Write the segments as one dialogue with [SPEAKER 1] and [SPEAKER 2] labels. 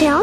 [SPEAKER 1] 聊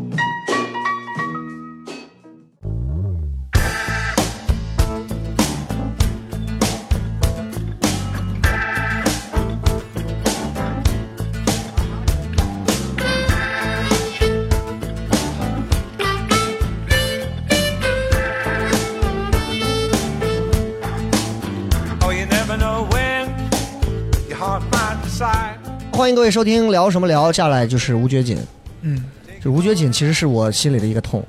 [SPEAKER 2] Oh, you never know when your heart might decide.
[SPEAKER 3] 欢迎各位收听聊什么聊。下来就是吴觉锦，
[SPEAKER 4] 嗯，
[SPEAKER 3] 就吴觉锦其实是我心里的一个痛，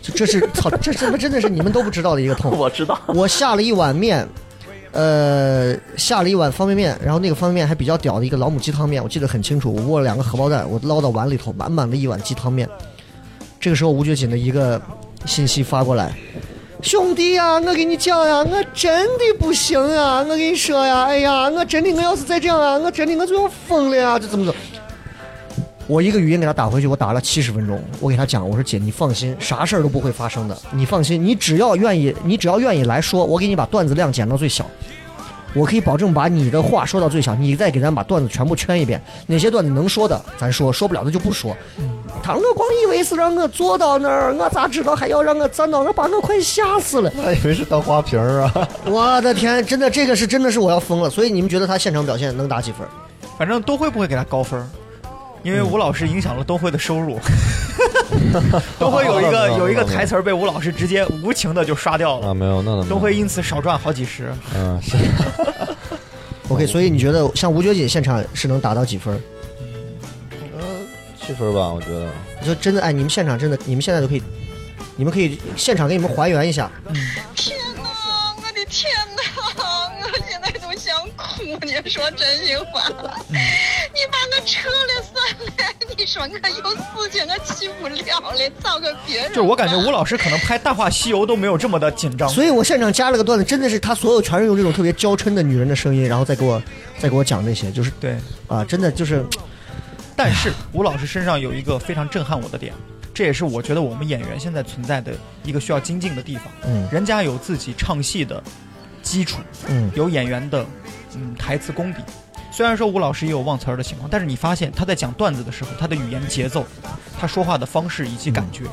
[SPEAKER 3] 就这是 操，这他妈真的是你们都不知道的一个痛。
[SPEAKER 5] 我知道，
[SPEAKER 3] 我下了一碗面，呃，下了一碗方便面，然后那个方便面还比较屌的一个老母鸡汤面，我记得很清楚。我握了两个荷包蛋，我捞到碗里头，满满的一碗鸡汤面。这个时候，吴觉锦的一个信息发过来：“兄弟呀、我给你讲呀、我真的不行啊！我跟你说呀、哎呀，我真的我要是再这样啊，我真的我就要疯了呀！就怎么怎么。”我一个语音给他打回去，我打了七十分钟。我给他讲，我说姐，你放心，啥事儿都不会发生的，你放心，你只要愿意，你只要愿意来说，我给你把段子量减到最小，我可以保证把你的话说到最小，你再给咱把段子全部圈一遍，哪些段子能说的咱说，说不了的就不说。他说我光以为是让我坐到那儿，我咋知道还要让我站到那儿，把我快吓死了。
[SPEAKER 6] 还以为是当花瓶儿啊！
[SPEAKER 3] 我的天，真的这个是真的是我要疯了。所以你们觉得他现场表现能打几分？
[SPEAKER 4] 反正都会不会给他高分儿，因为
[SPEAKER 6] 嗯
[SPEAKER 4] 吴老师影响了都会的收入， 都会有一 个有一个台词儿被吴老师直接无情的就刷掉
[SPEAKER 6] 啊，
[SPEAKER 4] 了，
[SPEAKER 6] 没有，那怎么？
[SPEAKER 4] 都会因此少赚好几十。
[SPEAKER 6] 嗯，是
[SPEAKER 3] OK，所以你觉得像吴觉锦现场是能打到几分？
[SPEAKER 6] 七分吧，我觉得。
[SPEAKER 3] 就真的哎，你们现场真的，你们现在都可以，你们可以现场给你们还原一下。
[SPEAKER 7] 天呐，我的天呐，我现在都想哭！你说真心话，
[SPEAKER 4] 嗯
[SPEAKER 7] 你把我扯了上来，你说我有事情我去不了了，找个别人吧。
[SPEAKER 4] 就是我感觉吴老师可能拍《大话西游》都没有这么的紧张，
[SPEAKER 3] 所以我现场加了个段子，真的是他所有全是用这种特别娇嗔的女人的声音，然后再给我再给我讲这些，就是
[SPEAKER 4] 对。
[SPEAKER 3] 啊，真的就是
[SPEAKER 4] 但是吴老师身上有一个非常震撼我的点，这也是我觉得我们演员现在存在的一个需要精进的地方。
[SPEAKER 3] 嗯
[SPEAKER 4] 人家有自己唱戏的基础，
[SPEAKER 3] 嗯
[SPEAKER 4] 有演员的嗯台词功底。虽然说吴老师也有忘词儿的情况，但是你发现他在讲段子的时候，他的语言节奏、他说话的方式以及感觉，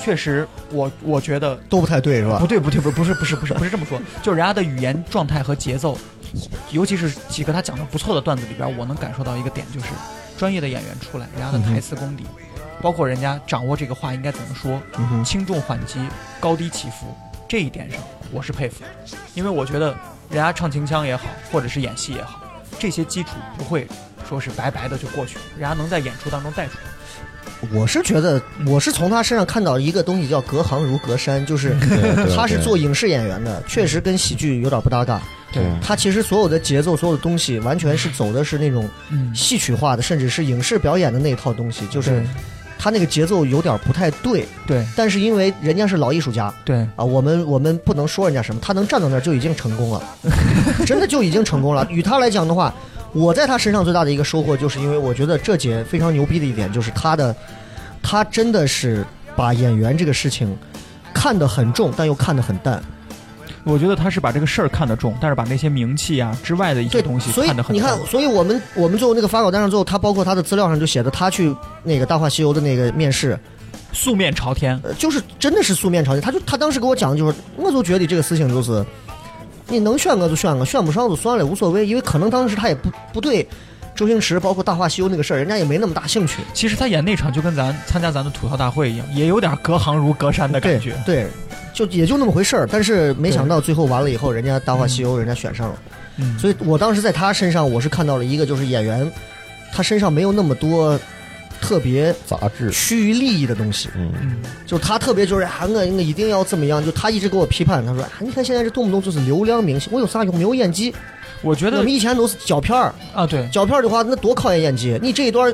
[SPEAKER 4] 确实我我觉得
[SPEAKER 3] 都不太对嗯是吧
[SPEAKER 4] 不？对不对不不是不是不是不是这么说，就是人家的语言状态和节奏，尤其是几个他讲的不错的段子里边，我能感受到一个点，就是专业的演员出来，人家
[SPEAKER 3] 嗯
[SPEAKER 4] 的台词功底，包括人家掌握这个话应该怎么说，
[SPEAKER 3] 嗯哼
[SPEAKER 4] 轻重缓急、高低起伏这一点上，我是佩服的，因为我觉得人家唱秦腔也好，或者是演戏也好，这些基础不会说是白白的就过去，人家能在演出当中带出来。
[SPEAKER 3] 我是觉得我是从他身上看到一个东西叫隔行如隔山，就是
[SPEAKER 6] 对对
[SPEAKER 3] 他是
[SPEAKER 6] 对
[SPEAKER 3] 做影视演员的，确实跟喜剧有点不搭嘎。
[SPEAKER 6] 对，
[SPEAKER 3] 他其实所有的节奏、所有的东西，完全是走的是那种
[SPEAKER 4] 嗯
[SPEAKER 3] 戏曲化的，甚至是影视表演的那一套东西，就是他那个节奏有点不太对。
[SPEAKER 4] 对
[SPEAKER 3] 但是因为人家是老艺术家，
[SPEAKER 4] 对，
[SPEAKER 3] 啊，我们我们不能说人家什么，他能站到那儿就已经成功了， 真的就已经成功了。与他来讲的话，我在他身上最大的一个收获，就是因为我觉得这姐非常牛逼的一点，就是她的，她真的是把演员这个事情看得很重，但又看得很淡。
[SPEAKER 4] 我觉得他是把这个事儿看得重，但是把那些名气啊之外的一
[SPEAKER 3] 对，
[SPEAKER 4] 些东西
[SPEAKER 3] 所以
[SPEAKER 4] 看得很
[SPEAKER 3] 你看，所以我们我们最后那个发稿单上最后，他包括他的资料上就写的，他去那个《大话西游》的那个面试，
[SPEAKER 4] 素面朝天，
[SPEAKER 3] 呃，就是真的是素面朝天。他就他当时给我讲的就是，我就觉得这个事情就是，你能选我就选我，选不上就算了，无所谓。因为可能当时他也不不对周星驰，包括《大话西游》那个事儿，人家也没那么大兴趣。
[SPEAKER 4] 其实他演那场就跟咱参加咱的吐槽大会一样，也有点隔行如隔山的感觉。
[SPEAKER 3] 对，就也就那么回事儿。但是没想到最后完了以后，人家《大话西游》人家选上了，
[SPEAKER 4] 嗯
[SPEAKER 3] 所以我当时在他身上，我是看到了一个就是演员，他身上没有那么多特别
[SPEAKER 6] 杂志，
[SPEAKER 3] 趋于利益的东西。
[SPEAKER 6] 嗯，
[SPEAKER 4] 嗯，
[SPEAKER 3] 就是他特别就是啊，我我一定要怎么样？就他一直给我批判，他说啊，你看现在这动不动就是流量明星，我有啥用？没有演技。
[SPEAKER 4] 我觉
[SPEAKER 3] 我
[SPEAKER 4] 得
[SPEAKER 3] 们以前都是胶片儿，
[SPEAKER 4] 啊，对，
[SPEAKER 3] 胶片儿的话那多考验演技。你这一段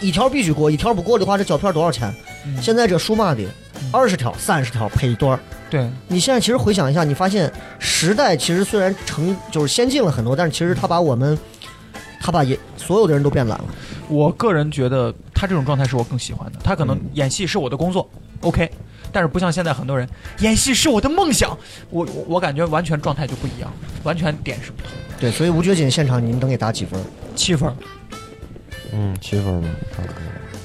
[SPEAKER 3] 一条必须过，一条不过的话，这胶片儿多少钱？
[SPEAKER 4] 嗯
[SPEAKER 3] 现在这数码的，二十条、三十条配一段儿。
[SPEAKER 4] 对，
[SPEAKER 3] 你现在其实回想一下，你发现时代其实虽然成就是先进了很多，但是其实它把我们他把演所有的人都变懒了。
[SPEAKER 4] 我个人觉得他这种状态是我更喜欢的。他可能演戏是我的工作、o k 但是不像现在很多人，演戏是我的梦想。我我我感觉完全状态就不一样，完全点是不同。
[SPEAKER 3] 对，所以吴觉锦现场你们能给打几分？
[SPEAKER 4] 七分，
[SPEAKER 6] 嗯，七分吧，差不多。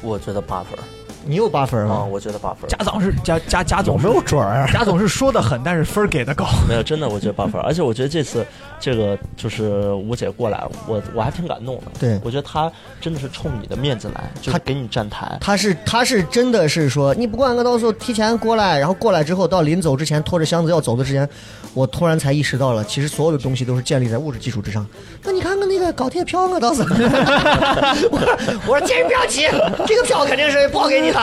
[SPEAKER 5] 我觉得八分儿
[SPEAKER 3] 你有八分
[SPEAKER 5] 啊，
[SPEAKER 3] 吗？
[SPEAKER 5] 我觉得八分儿。
[SPEAKER 4] 贾总是贾贾贾总是
[SPEAKER 6] 准儿？
[SPEAKER 4] 贾总是说的狠，但是分儿给的 高。
[SPEAKER 5] 没有，真的，我觉得八分儿。而且我觉得这次这个就是吴姐过来，我我还挺感动的。
[SPEAKER 3] 对
[SPEAKER 5] 我觉得她真的是冲你的面子来，就是
[SPEAKER 3] 她
[SPEAKER 5] 给你站台。
[SPEAKER 3] 他是他是真的是说你不灌个到时候提前过来，然后过来之后到临走之前拖着箱子要走的之前，我突然才意识到了，其实所有的东西都是建立在物质基础之上。那你看看那个高铁票我倒是， 我说我说今儿不要急，这个票肯定是不好给你的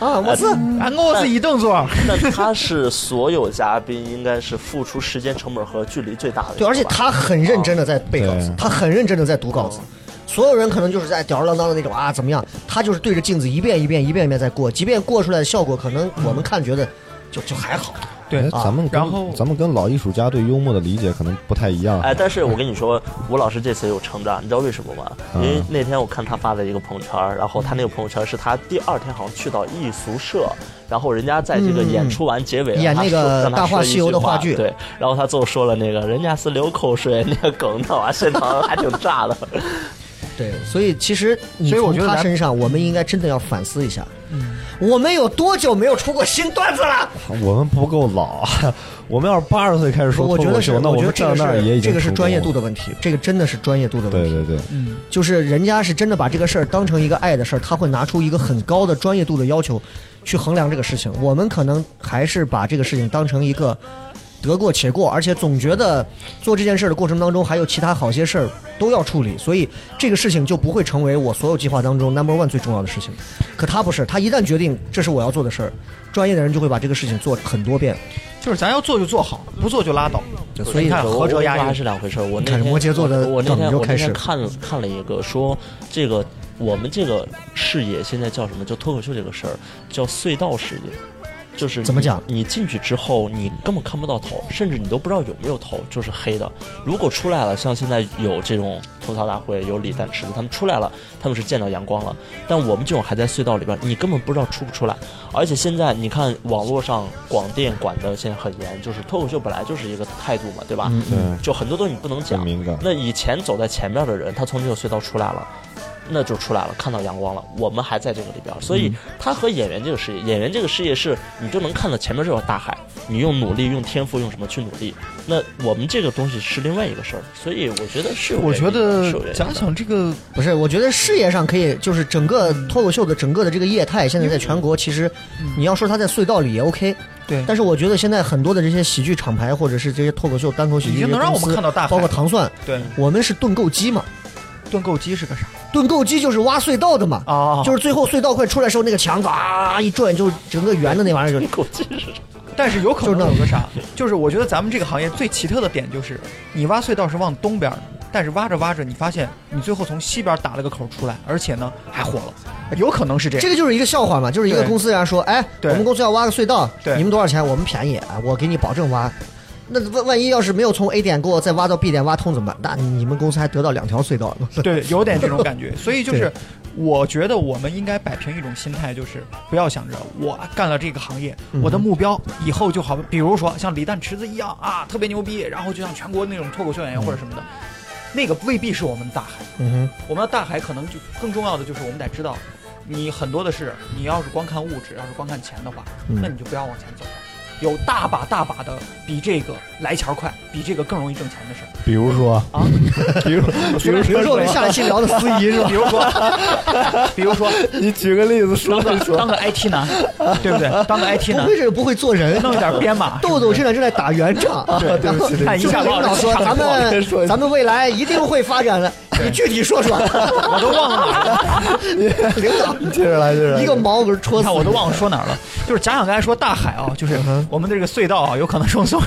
[SPEAKER 3] 啊，我是
[SPEAKER 4] 俺我是一等座。
[SPEAKER 5] 但她是所有嘉宾应该是付出时间成本和距离最大的一个吧。
[SPEAKER 3] 对，而且他很认真的在背稿子
[SPEAKER 6] 对，
[SPEAKER 3] 他很认真的在读稿子。所有人可能就是在吊儿郎当的那种啊，怎么样？他就是对着镜子一遍一遍一遍一遍在过，即便过出来的效果，可能我们看觉得就就还好。
[SPEAKER 4] 对，
[SPEAKER 6] 哎
[SPEAKER 3] 啊
[SPEAKER 6] 咱们跟
[SPEAKER 4] 然后
[SPEAKER 6] 咱们跟老艺术家对幽默的理解可能不太一
[SPEAKER 3] 嗯
[SPEAKER 6] 样。
[SPEAKER 5] 哎，但是我跟你说，吴老师这次有成长，你知道为什么吗？
[SPEAKER 6] 嗯
[SPEAKER 5] 因为那天我看他发的一个朋友圈儿，然后他那个朋友圈儿是他第二天好像去到艺俗社，然后人家在这个演出完结尾
[SPEAKER 3] 嗯
[SPEAKER 5] 让他
[SPEAKER 3] 演那
[SPEAKER 5] 说
[SPEAKER 3] 个
[SPEAKER 5] 让他
[SPEAKER 3] 大
[SPEAKER 5] 说
[SPEAKER 3] 话
[SPEAKER 5] 一
[SPEAKER 3] 西
[SPEAKER 5] 句
[SPEAKER 3] 游的
[SPEAKER 5] 话
[SPEAKER 3] 话剧
[SPEAKER 5] 对，然后他最后说了那个人家是流口水那个梗，那玩意儿现场还挺炸的。
[SPEAKER 3] 对，所以其实你
[SPEAKER 4] 所以我
[SPEAKER 3] 从
[SPEAKER 4] 觉得
[SPEAKER 3] 他
[SPEAKER 4] 咱嗯
[SPEAKER 3] 身上，我们应该真的要反思一下，我们有多久没有出过新段子了？
[SPEAKER 6] 我们不够老，啊 我们要是八十岁开始说
[SPEAKER 3] 我
[SPEAKER 6] 脱
[SPEAKER 3] 觉
[SPEAKER 6] 口
[SPEAKER 3] 得是，
[SPEAKER 6] 秀，那
[SPEAKER 3] 觉
[SPEAKER 6] 们
[SPEAKER 3] 得
[SPEAKER 6] 站
[SPEAKER 3] 这
[SPEAKER 6] 那
[SPEAKER 3] 个
[SPEAKER 6] 儿也
[SPEAKER 3] 是
[SPEAKER 6] 已经
[SPEAKER 3] 这个是
[SPEAKER 6] 成功
[SPEAKER 3] 专业
[SPEAKER 6] 了
[SPEAKER 3] 度的问题，嗯这个真的是专业度的问
[SPEAKER 6] 对
[SPEAKER 3] 题。
[SPEAKER 6] 对对，
[SPEAKER 3] 就是人家是真的把这个事儿当成一个爱的事儿，他会拿出一个很高的专业度的要求去衡量这个事情。我们可能还是把这个事情当成一个得过且过，而且总觉得做这件事儿的过程当中还有其他好些事儿都要处理，所以这个事情就不会成为我所有计划当中 number one 最重要的事情。可他不是，他一旦决定这是我要做的事儿，专业的人就会把这个事情做很多遍。
[SPEAKER 4] 就是咱要做就做好，不做就拉倒。
[SPEAKER 3] 所以
[SPEAKER 4] 看
[SPEAKER 5] 我
[SPEAKER 4] 合辙
[SPEAKER 5] 我
[SPEAKER 4] 押韵
[SPEAKER 5] 还是两回事儿。我那
[SPEAKER 3] 看
[SPEAKER 5] 天
[SPEAKER 3] 摩羯座的
[SPEAKER 5] 我我那
[SPEAKER 3] 梗
[SPEAKER 5] 天
[SPEAKER 3] 又
[SPEAKER 5] 我
[SPEAKER 3] 开
[SPEAKER 5] 那
[SPEAKER 3] 始
[SPEAKER 5] 天看看了一个说这个我们这个事业现在叫什么？就脱口秀这个事儿叫隧道事业。就是
[SPEAKER 3] 怎么
[SPEAKER 5] 你
[SPEAKER 3] 讲
[SPEAKER 5] 你进去之后，你根本看不到头，甚至你都不知道有没有头，就是黑的。如果出来了，像现在有这种吐槽大会，有李诞、池子，他们出来了，他们是见到阳光了。但我们这种还在隧道里边，你根本不知道出不出来。而且现在你看网络上广电管的现在很严，就是脱口秀本来就是一个态度嘛，对吧？
[SPEAKER 3] 嗯
[SPEAKER 6] 对，
[SPEAKER 5] 就很多东西你不能
[SPEAKER 6] 很
[SPEAKER 5] 讲。
[SPEAKER 6] 敏感。
[SPEAKER 5] 那以前走在前面的人，他从这个隧道出来了，那就出来了，看到阳光了。我们还在这个里边儿，所
[SPEAKER 6] 嗯
[SPEAKER 5] 以他和演员这个事业，演员这个事业是你就能看到前面这条大海，你用努力、用天赋、用什么去努力。那我们这个东西是另外一个事儿，所以我觉得是有
[SPEAKER 4] 我
[SPEAKER 5] 原因
[SPEAKER 4] 觉
[SPEAKER 5] 的，
[SPEAKER 4] 得
[SPEAKER 5] 是有原因
[SPEAKER 4] 贾
[SPEAKER 5] 的
[SPEAKER 4] 总这个
[SPEAKER 3] 不是，我觉得事业上可以，就是整个脱口秀的整个的这个业态，现在在全国其实，你要说它在隧道里也 OK，
[SPEAKER 4] 对
[SPEAKER 3] 但是我觉得现在很多的这些喜剧厂牌或者是这些脱口秀单口喜剧
[SPEAKER 4] 已经能让我们看到大海
[SPEAKER 3] 包括糖蒜，
[SPEAKER 4] 对
[SPEAKER 3] 我们是盾构机嘛，
[SPEAKER 4] 盾构机是个啥？
[SPEAKER 3] 盾构机就是挖隧道的嘛，
[SPEAKER 4] 哦
[SPEAKER 3] 就是最后隧道快出来的时候，那个墙啊一转，就整个圆的那玩意儿就
[SPEAKER 5] 狗劲是什么
[SPEAKER 4] 但是有可
[SPEAKER 3] 就
[SPEAKER 4] 能
[SPEAKER 3] 是那
[SPEAKER 4] 有个啥，就是我觉得咱们这个行业最奇特的点就是，你挖隧道是往东边儿的，但是挖着挖着，你发现你最后从西边打了个口出来，而且呢还火了，有可能是这样。
[SPEAKER 3] 这个就是一个笑话嘛，就是一个
[SPEAKER 4] 对
[SPEAKER 3] 公司人家说，哎，我
[SPEAKER 4] 对
[SPEAKER 3] 们公司要挖个隧道，
[SPEAKER 4] 对
[SPEAKER 3] 你们多少钱？我们便宜，我给你保证挖。那万万一要是没有从 A 点给我再挖到 B 点挖通怎么办？那
[SPEAKER 4] 嗯
[SPEAKER 3] 你们公司还得到两条隧道 呢。
[SPEAKER 4] 对，有点这种感 觉。所以就是
[SPEAKER 3] 对，
[SPEAKER 4] 我觉得我们应该摆平一种心态，就是不要想着我干了这个行业，
[SPEAKER 3] 嗯
[SPEAKER 4] 我的目标以后就好，比如说像李诞、池子一样啊，特别牛逼，然后就像全国那种脱口秀演员或者什么的，那个未必是我们的大海。
[SPEAKER 3] 嗯哼。
[SPEAKER 4] 我们的大海可能就更重要的就是我们得知道，你很多的是，你要是光看物质，要是光看钱的话，
[SPEAKER 3] 嗯
[SPEAKER 4] 那你就不要往前走了。有大把大把的比这个来钱儿快，比这个更容易挣钱的事儿
[SPEAKER 6] 比如 说，
[SPEAKER 4] 啊。
[SPEAKER 6] 比如，比如
[SPEAKER 3] 比如说我们下一期聊的司仪 是吧？
[SPEAKER 4] 比如说，比如说，
[SPEAKER 6] 你举个例子说
[SPEAKER 4] 当
[SPEAKER 6] 一
[SPEAKER 4] 个
[SPEAKER 6] 说
[SPEAKER 4] 当。个 IT 男，对不对？当个 IT
[SPEAKER 3] 不
[SPEAKER 4] 男
[SPEAKER 3] 愧，是不会做 人。
[SPEAKER 4] 弄一点编码。
[SPEAKER 3] 豆豆现在正在打圆场，然后
[SPEAKER 4] 对不起
[SPEAKER 3] 就跟领导 说
[SPEAKER 4] 看一下
[SPEAKER 3] 咱
[SPEAKER 6] 我先说
[SPEAKER 3] 们
[SPEAKER 6] 一下
[SPEAKER 3] 咱们未来一定会发展的，你具体说说。
[SPEAKER 4] 我都忘了哪儿了，
[SPEAKER 3] 领 导
[SPEAKER 6] 接着来，接着来。
[SPEAKER 3] 一个毛给戳死，嗯
[SPEAKER 4] 你看我都忘了说哪儿了。就是贾想刚才说大海啊，就是我们的这个隧道啊，有可能是我们所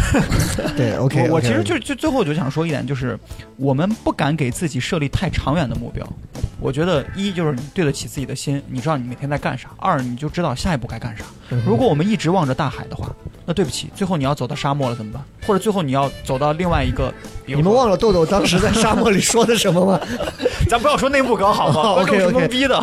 [SPEAKER 3] 对，OK，嗯
[SPEAKER 4] 我我其实就就最后就想说一点，就是我们不敢给自己设立太长远的目标。我觉得一就是你对得起自己的心，你知道你每天在干啥；二你就
[SPEAKER 3] 嗯
[SPEAKER 4] 知道下一步该干啥。如果我们一直望着大海的话，那对不起，最后你要走到沙漠了怎么办？或者最后你要走到另外一个，比如
[SPEAKER 3] 你们
[SPEAKER 4] 说
[SPEAKER 3] 忘了豆豆当时在沙漠里说的什么吗
[SPEAKER 4] 咱不要说内幕梗好吗？观众是
[SPEAKER 3] OK，OK
[SPEAKER 4] 懵逼的，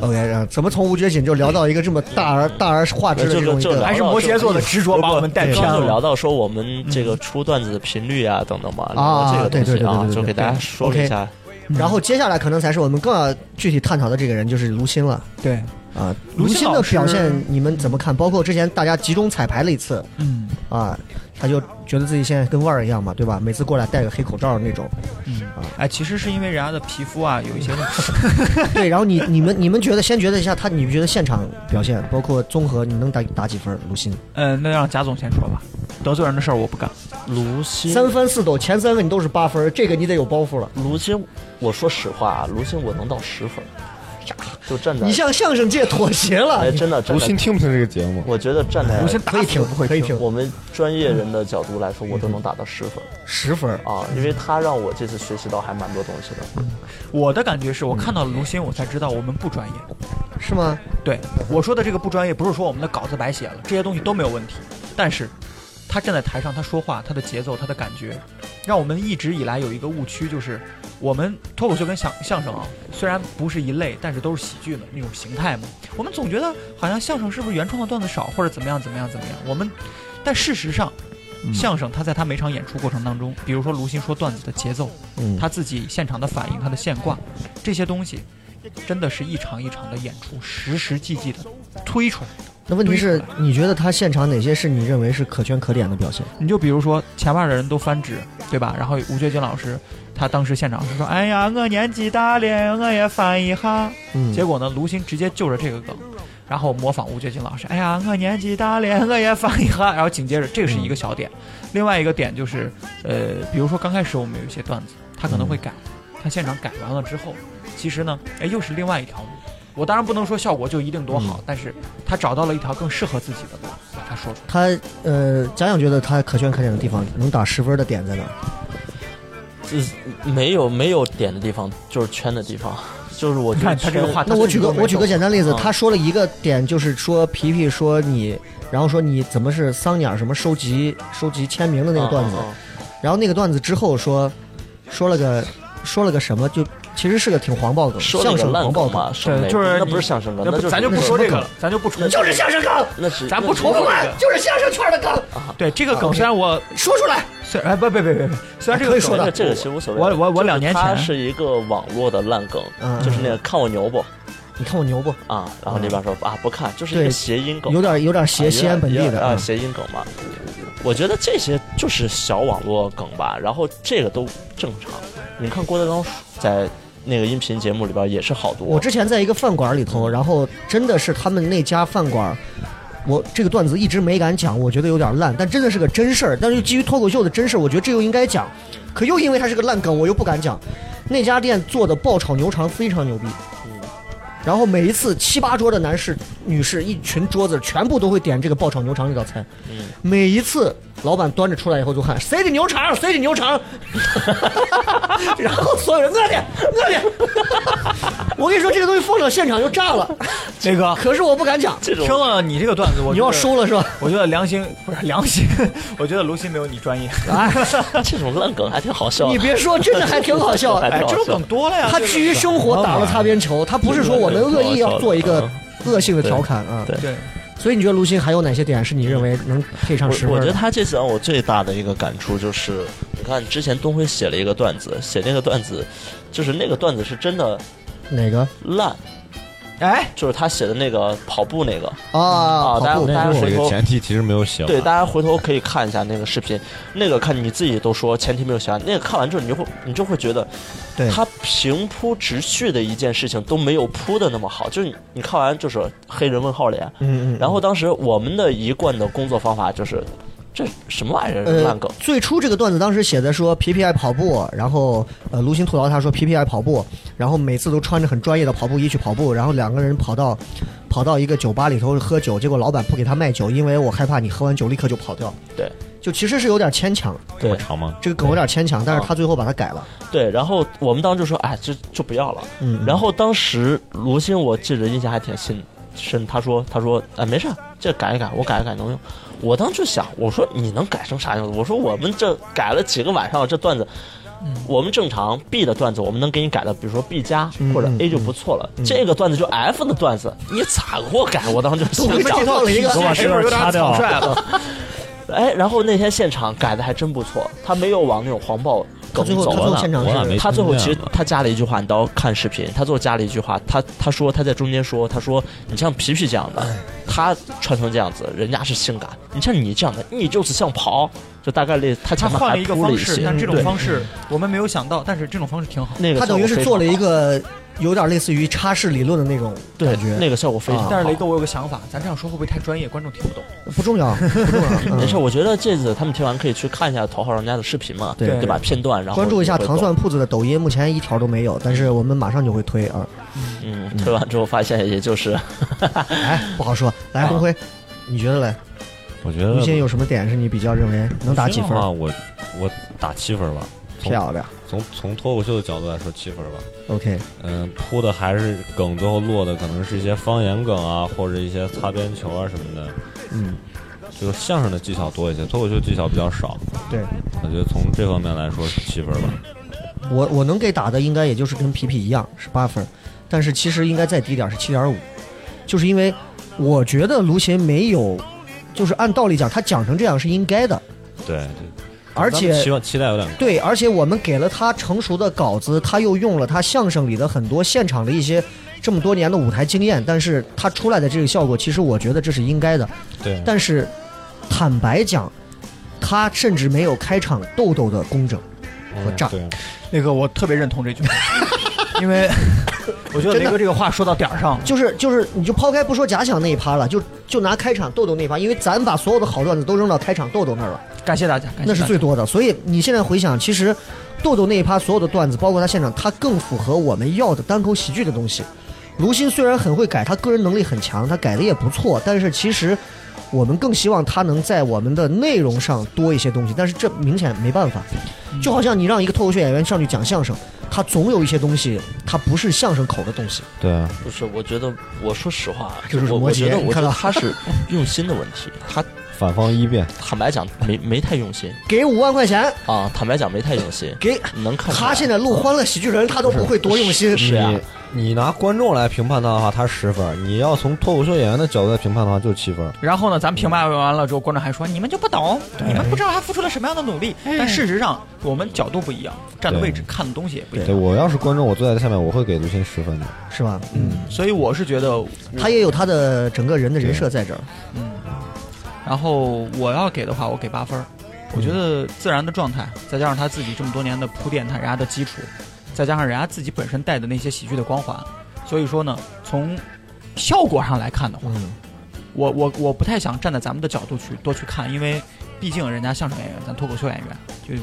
[SPEAKER 3] ？OK，啊怎么从无觉醒就聊到一个这么大而大而化之的这种一
[SPEAKER 5] 就就
[SPEAKER 3] 个
[SPEAKER 5] 聊
[SPEAKER 4] 还是摩羯座的执着把我们带偏
[SPEAKER 5] 刚就聊
[SPEAKER 4] 了。
[SPEAKER 5] 到说我们这个出段子的频率啊等等嘛，
[SPEAKER 4] 嗯
[SPEAKER 5] 聊到这
[SPEAKER 3] 啊
[SPEAKER 5] 个
[SPEAKER 3] 对
[SPEAKER 5] 东西
[SPEAKER 3] 对对
[SPEAKER 5] 啊
[SPEAKER 3] 对，对
[SPEAKER 5] 就给大家说了一下。
[SPEAKER 3] 然后接下来可能才是我们更要具体探讨的这个人，就是卢鑫了
[SPEAKER 4] 对，
[SPEAKER 3] 啊。
[SPEAKER 4] 卢
[SPEAKER 3] 卢
[SPEAKER 4] 鑫
[SPEAKER 3] 鑫
[SPEAKER 4] 老
[SPEAKER 3] 的
[SPEAKER 4] 师
[SPEAKER 3] 表现你们怎么看？包括之前大家集中彩排了一次
[SPEAKER 4] 嗯
[SPEAKER 3] 啊，他就觉得自己现在跟腕儿一样嘛，对吧？每次过来戴个黑口罩那种。
[SPEAKER 4] 嗯，哎，其实是因为人家的皮肤啊有一些问题，
[SPEAKER 3] 对，然后你你们你们觉得先觉得一下他，你们觉得现场表现，包括综合，你能打打几分？卢鑫
[SPEAKER 4] 嗯、那让贾总先说吧，得罪人的事儿我不干。
[SPEAKER 5] 卢鑫，
[SPEAKER 3] 三分四抖，前三个你都是八分，这个你得有包袱了。
[SPEAKER 5] 卢鑫，我说实话啊，卢鑫我能到十分，就站在
[SPEAKER 3] 你向相声界妥协了
[SPEAKER 5] 哎，，真的真
[SPEAKER 6] 吴昕
[SPEAKER 5] 的，
[SPEAKER 6] 听不听这个节目？
[SPEAKER 5] 我觉得站在
[SPEAKER 4] 卢鑫
[SPEAKER 3] 可以挺
[SPEAKER 4] 不会
[SPEAKER 3] 可以
[SPEAKER 4] 听
[SPEAKER 3] 挺
[SPEAKER 5] 我们专业人的角度来说，我都能打到十分
[SPEAKER 3] 十分。
[SPEAKER 5] 啊，
[SPEAKER 4] 嗯
[SPEAKER 5] 因为他让我这次学习到还蛮多东西的。
[SPEAKER 4] 我的感觉是我看到了卢鑫，我才知道我们不专业。
[SPEAKER 3] 是吗？
[SPEAKER 4] 对我说的这个不专业，不是说我们的稿子白写了，这些东西都没有问题。但是，他站在台上，他说话，他的节奏，他的感觉，让我们一直以来有一个误区，就是我们脱口秀跟相相声啊，虽然不是一类，但是都是喜剧的那种形态嘛。我们总觉得好像相声是不是原创的段子少，或者怎么样怎么样怎么样。我们，但事实上，相声他在他每场演出过程当中，比如说卢鑫说段子的节奏，
[SPEAKER 3] 嗯
[SPEAKER 4] 他自己现场的反应，他的现挂，这些东西，真的是一场一场的演出，实实际际的推出来的。
[SPEAKER 3] 那问题是
[SPEAKER 4] 堆出，
[SPEAKER 3] 你觉得他现场哪些是你认为是可圈可点的表现？
[SPEAKER 4] 你就比如说前面的人都翻纸，对吧？然后吴觉军老师他当时现场是说：“哎呀，我年纪大了，我也翻一下。”
[SPEAKER 3] 嗯
[SPEAKER 4] 结果呢，卢鑫直接就着这个梗，然后模仿吴觉军老师：“哎呀，我年纪大了，我也翻一下。”然后紧接着这个是一个小点，另外一个点就是，呃，比如说刚开始我们有一些段子，他可能会改，他现场改完了之后，其实呢，哎，又是另外一条路。我当然不能说效果就一定多好，但是他找到了一条更适合自己的路，把它说出来。
[SPEAKER 3] 他呃，贾想觉得他可圈可点的地方，能打十分的点在哪儿？
[SPEAKER 5] 这没有没有点的地方，就是圈的地方，就是我觉
[SPEAKER 4] 你
[SPEAKER 5] 得
[SPEAKER 4] 看他这个
[SPEAKER 5] 圈
[SPEAKER 4] 话，
[SPEAKER 3] 那我举个我举个简单例子，
[SPEAKER 5] 嗯
[SPEAKER 3] 他说了一个点，就是说皮皮说你，然后说你怎么是桑尼尔什么收集收集签名的那个段子，
[SPEAKER 5] 嗯嗯
[SPEAKER 3] 然后那个段子之后说说了个说了个什么，就其实是个挺黄暴梗，
[SPEAKER 5] 嗯说那
[SPEAKER 3] 相
[SPEAKER 5] 个
[SPEAKER 3] 声黄
[SPEAKER 5] 烂
[SPEAKER 3] 暴
[SPEAKER 5] 梗
[SPEAKER 3] 梗，
[SPEAKER 5] 嘛，什么
[SPEAKER 4] 对就是
[SPEAKER 5] 那
[SPEAKER 4] 你
[SPEAKER 5] 不是相声梗，
[SPEAKER 4] 那
[SPEAKER 5] 那
[SPEAKER 4] 不
[SPEAKER 5] 就是
[SPEAKER 4] 咱就不
[SPEAKER 5] 那
[SPEAKER 4] 说这
[SPEAKER 5] 是
[SPEAKER 4] 个了，咱就不重，
[SPEAKER 3] 就是相声梗，
[SPEAKER 5] 那是
[SPEAKER 4] 咱不啊
[SPEAKER 5] 那是
[SPEAKER 4] 重复这
[SPEAKER 3] 滚
[SPEAKER 4] 个。
[SPEAKER 3] 就是相声圈的梗，
[SPEAKER 4] 对这个梗，虽然我
[SPEAKER 3] 说出来。
[SPEAKER 4] 虽然哎不不不不不，虽然这个
[SPEAKER 3] 可以
[SPEAKER 4] 梗
[SPEAKER 3] 说的
[SPEAKER 5] 那这个其实无所谓。
[SPEAKER 4] 我我我两年
[SPEAKER 5] 它
[SPEAKER 4] 前
[SPEAKER 5] 是一个网络的烂梗
[SPEAKER 3] 嗯，
[SPEAKER 5] 就是那个看我牛不
[SPEAKER 3] 你看我牛不？
[SPEAKER 5] 啊，然后那边说啊不看，就是一
[SPEAKER 3] 对
[SPEAKER 5] 个谐音梗，
[SPEAKER 3] 有点有点
[SPEAKER 5] 啊
[SPEAKER 3] 谐西
[SPEAKER 5] 有点
[SPEAKER 3] 安本地
[SPEAKER 5] 有点
[SPEAKER 3] 的
[SPEAKER 5] 啊
[SPEAKER 3] 嗯
[SPEAKER 5] 谐音梗嘛。我觉得这些就是小网络梗吧，然后这个都正常。你看郭德纲在那个音频节目里边也是好多，
[SPEAKER 3] 我之前在一个饭馆里头，然后真的是他们那家饭馆，我这个段子一直没敢讲，我觉得有点烂，但真的是个真事儿。但是基于脱口秀的真事儿，我觉得这又应该讲，可又因为它是个烂梗，我又不敢讲。那家店做的爆炒牛肠非常牛逼，然后每一次七八桌的男士、女士，一群桌子全部都会点这个爆炒牛肠这道菜。每一次老板端着出来以后就喊谁的牛肠，谁的牛肠， 然后所有人饿点饿点。我跟你说，这个东西放到现场就炸了，
[SPEAKER 4] 这个
[SPEAKER 3] 可是我不敢讲。
[SPEAKER 5] 这种
[SPEAKER 4] 听了 你这个段子，我
[SPEAKER 3] 你
[SPEAKER 4] 觉
[SPEAKER 3] 要
[SPEAKER 4] 得
[SPEAKER 3] 收了是吧？
[SPEAKER 4] 我觉得良心不是良心，我觉得卢鑫没有你专业。
[SPEAKER 3] 哎，
[SPEAKER 5] 这种烂梗还挺好笑 的。
[SPEAKER 3] 你别说，真的还挺好笑的。
[SPEAKER 5] 还
[SPEAKER 4] 哎，这
[SPEAKER 5] 挺好
[SPEAKER 4] 种
[SPEAKER 5] 笑
[SPEAKER 4] 梗多了呀。
[SPEAKER 3] 他
[SPEAKER 4] 这个
[SPEAKER 3] 基于生活打了擦边球，他不是说我们恶意要做一个恶性的调侃啊。
[SPEAKER 5] 嗯对
[SPEAKER 4] 对，
[SPEAKER 3] 所以你觉得卢鑫还有哪些点是你认为能配上十
[SPEAKER 5] 我
[SPEAKER 3] 分？
[SPEAKER 5] 我觉得他这次让我最大的一个感触就是，你看之前东辉写了一个段子，写那个段子，就是那个段子是真的
[SPEAKER 3] 哪个
[SPEAKER 5] 烂，
[SPEAKER 4] 哎，
[SPEAKER 5] 就是他写的那个跑步那个，
[SPEAKER 3] 啊？
[SPEAKER 5] 哦大家
[SPEAKER 3] 跑步
[SPEAKER 5] 大家
[SPEAKER 6] 这
[SPEAKER 5] 回
[SPEAKER 6] 个
[SPEAKER 5] 头
[SPEAKER 6] 前提其实没有写完。
[SPEAKER 5] 对，大家回头可以看一下那个视频，那个看你自己都说前提没有想，那个看完之后你就会你就会觉得，
[SPEAKER 3] 对
[SPEAKER 5] 他平铺直叙的一件事情都没有铺的那么好，就是你你看完就是黑人问号脸，
[SPEAKER 3] 嗯嗯。
[SPEAKER 5] 然后当时我们的一贯的工作方法就是，这什么玩意儿
[SPEAKER 3] 呃
[SPEAKER 5] 烂梗，
[SPEAKER 3] 最初这个段子当时写的说皮皮爱跑步，然后呃卢鑫吐槽他说皮皮爱跑步，然后每次都穿着很专业的跑步衣去跑步，然后两个人跑到跑到一个酒吧里头喝酒，结果老板不给他卖酒，因为我害怕你喝完酒立刻就跑掉。
[SPEAKER 5] 对，
[SPEAKER 3] 就其实是有点牵强，
[SPEAKER 6] 这么
[SPEAKER 5] 对
[SPEAKER 6] 长吗？
[SPEAKER 3] 这个梗有点牵强，
[SPEAKER 5] 啊
[SPEAKER 3] 但是他最后把它改了。
[SPEAKER 5] 对，然后我们当时就说，哎，这就不要了。
[SPEAKER 3] 嗯，
[SPEAKER 5] 然后当时卢鑫，我记着印象还挺深深，他说他说啊、没事儿，这改一改，我改一改能用。我当时就想，我说你能改成啥样子？我说我们这改了几个晚上，这段子，
[SPEAKER 3] 嗯
[SPEAKER 5] 我们正常 B 的段子，我们能给你改到，比如说 B 加
[SPEAKER 3] 嗯
[SPEAKER 5] 或者 A 就不错了。这个段子就 F 的段子，你咋给我改？我当时就心
[SPEAKER 3] 们
[SPEAKER 5] 想
[SPEAKER 3] 这，套了一个
[SPEAKER 6] 我
[SPEAKER 5] 啊
[SPEAKER 6] 把这段掐掉。
[SPEAKER 4] 啊
[SPEAKER 5] 哎，然后那天现场改的还真不错，他没有往那种黄暴梗
[SPEAKER 3] 最后
[SPEAKER 5] 走
[SPEAKER 3] 他
[SPEAKER 5] 了。
[SPEAKER 3] 最后现场
[SPEAKER 6] 我俩没
[SPEAKER 3] 是
[SPEAKER 5] 他最后
[SPEAKER 6] 听
[SPEAKER 5] 其实
[SPEAKER 6] 见
[SPEAKER 5] 他加了一句话，你到看视频，他最后加了一句话，他他说他在中间说，他说你像皮皮这样
[SPEAKER 3] 哎
[SPEAKER 5] 的，他穿成这样子，人家是性感，你像你这样的，你就是像跑，就大概类
[SPEAKER 4] 他
[SPEAKER 5] 他前面
[SPEAKER 4] 换
[SPEAKER 5] 还
[SPEAKER 4] 了一个嗯
[SPEAKER 5] 铺了
[SPEAKER 4] 方
[SPEAKER 5] 一
[SPEAKER 4] 式，
[SPEAKER 5] 些
[SPEAKER 4] 但，这种
[SPEAKER 6] 对
[SPEAKER 4] 方式我们没有想到，但是这种方式挺好。
[SPEAKER 5] 那个
[SPEAKER 3] 他等于
[SPEAKER 5] 效
[SPEAKER 3] 是
[SPEAKER 5] 果
[SPEAKER 3] 做了
[SPEAKER 5] 非
[SPEAKER 3] 一
[SPEAKER 5] 常好
[SPEAKER 3] 个有点类似于叉式理论的那种
[SPEAKER 5] 对
[SPEAKER 3] 感觉，
[SPEAKER 5] 那个效果非常好。
[SPEAKER 4] 但是雷哥，我有个想法，咱这样说会不会太专业，观众听不懂？
[SPEAKER 3] 不重 要，不重要，
[SPEAKER 5] 没事，
[SPEAKER 3] 嗯
[SPEAKER 5] 我觉得这次他们听完可以去看一下头号玩家的视频嘛，
[SPEAKER 3] 对
[SPEAKER 5] 对吧？片段，然后
[SPEAKER 3] 关注一下
[SPEAKER 5] 你会
[SPEAKER 3] 糖
[SPEAKER 5] 懂
[SPEAKER 3] 蒜铺子的抖音，目前一条都没有，但是我们马上就会推啊。
[SPEAKER 5] 嗯，推完之后发现也就是
[SPEAKER 3] 哎，不好说。来，
[SPEAKER 5] 啊
[SPEAKER 3] 红辉，你觉得嘞？
[SPEAKER 6] 我觉得
[SPEAKER 3] 吴昕有什么点是你比较认为能打几分？
[SPEAKER 6] 呃啊？我我打七分吧。从
[SPEAKER 3] 漂亮
[SPEAKER 6] 从从脱口秀的角度来说，七分吧。
[SPEAKER 3] ，OK，
[SPEAKER 6] 嗯，铺的还是梗，最后落的可能是一些方言梗啊，或者一些擦边球啊什么的。
[SPEAKER 3] 嗯，
[SPEAKER 6] 就是相声的技巧多一些，脱口秀技巧比较少。
[SPEAKER 3] 对
[SPEAKER 6] 我觉得从这方面来说是七分吧。
[SPEAKER 3] 我我能给打的应该也就是跟皮皮一样是八分，但是其实应该再低点儿是七点五，就是因为我觉得卢鑫没有，就是按道理讲他讲成这样是应该的，
[SPEAKER 6] 对，对
[SPEAKER 3] 而
[SPEAKER 6] 咱们期
[SPEAKER 3] 且。
[SPEAKER 6] 望期待有点高。
[SPEAKER 3] 对，而且我们给了他成熟的稿子，他又用了他相声里的很多现场的一些这么多年的舞台经验，但是他出来的这个效果，其实我觉得这是应该的。
[SPEAKER 6] 对，
[SPEAKER 3] 但是坦白讲，他甚至没有开场豆豆的工整和炸。
[SPEAKER 6] 对，
[SPEAKER 4] 那个我特别认同这句 话，因 为我觉得
[SPEAKER 3] 真
[SPEAKER 4] 雷
[SPEAKER 3] 的
[SPEAKER 4] 哥这个话说到点儿上了。
[SPEAKER 3] 就是就是，你就抛开不说假想那一趴了，就就拿开场豆豆那一趴，因为咱把所有的好段子都扔到开场豆豆那儿了，
[SPEAKER 4] 感谢大家，感谢
[SPEAKER 3] 那哎是
[SPEAKER 4] 大家
[SPEAKER 3] 最多的。所以你现在回想，其实豆豆那一趴所有的段子，包括他现场，他更符合我们要的单口喜剧的东西。卢鑫虽然很会改，他个人能力很强，他改的也不错，但是其实我们更希望他能在我们的内容上多一些东西，但是这明显没办法。就好像你让一个脱口秀演员上去讲相声，他总有一些东西，他不是相声口的东西。
[SPEAKER 6] 对，
[SPEAKER 5] 不是，我觉得我说实话，啊
[SPEAKER 3] 这就是
[SPEAKER 5] 我
[SPEAKER 3] 摩
[SPEAKER 5] 我觉
[SPEAKER 3] 羯
[SPEAKER 5] 得
[SPEAKER 3] 你
[SPEAKER 5] 我觉
[SPEAKER 3] 看
[SPEAKER 5] 得
[SPEAKER 3] 到
[SPEAKER 5] 他是用心的问题，他
[SPEAKER 6] 反方一辩。
[SPEAKER 5] 坦白讲没没太用心
[SPEAKER 3] 给五万块钱，
[SPEAKER 5] 啊，坦白讲没太用心，
[SPEAKER 3] 给
[SPEAKER 5] 能看出来
[SPEAKER 3] 他现在录《欢乐喜剧人》，他都不会多用心。
[SPEAKER 5] 是啊
[SPEAKER 6] 你你拿观众来评判他的话，他十分；你要从脱口秀演员的角度来评判的话，就七分。
[SPEAKER 4] 然后呢，咱们评判完了之后，观众还说你们就不懂，你们不知道他付出了什么样的努力。但事实上，我们角度不一样，站的位置、看的东西也不一样。
[SPEAKER 6] 对啊我要是观众，我坐在下面，我会给卢鑫十分的。
[SPEAKER 3] 是吧？嗯，
[SPEAKER 4] 所以我是觉得，
[SPEAKER 3] 他也有他的整个人的人设在这儿。
[SPEAKER 4] 然后我要给的话，我给八分儿。我觉得自然的状态，再加上他自己这么多年的铺垫，他人家的基础，再加上人家自己本身带的那些喜剧的光环，所以说呢，从效果上来看的话，
[SPEAKER 3] 嗯，
[SPEAKER 4] 我我我不太想站在咱们的角度去多去看，因为毕竟人家相声演员，咱脱口秀演员，就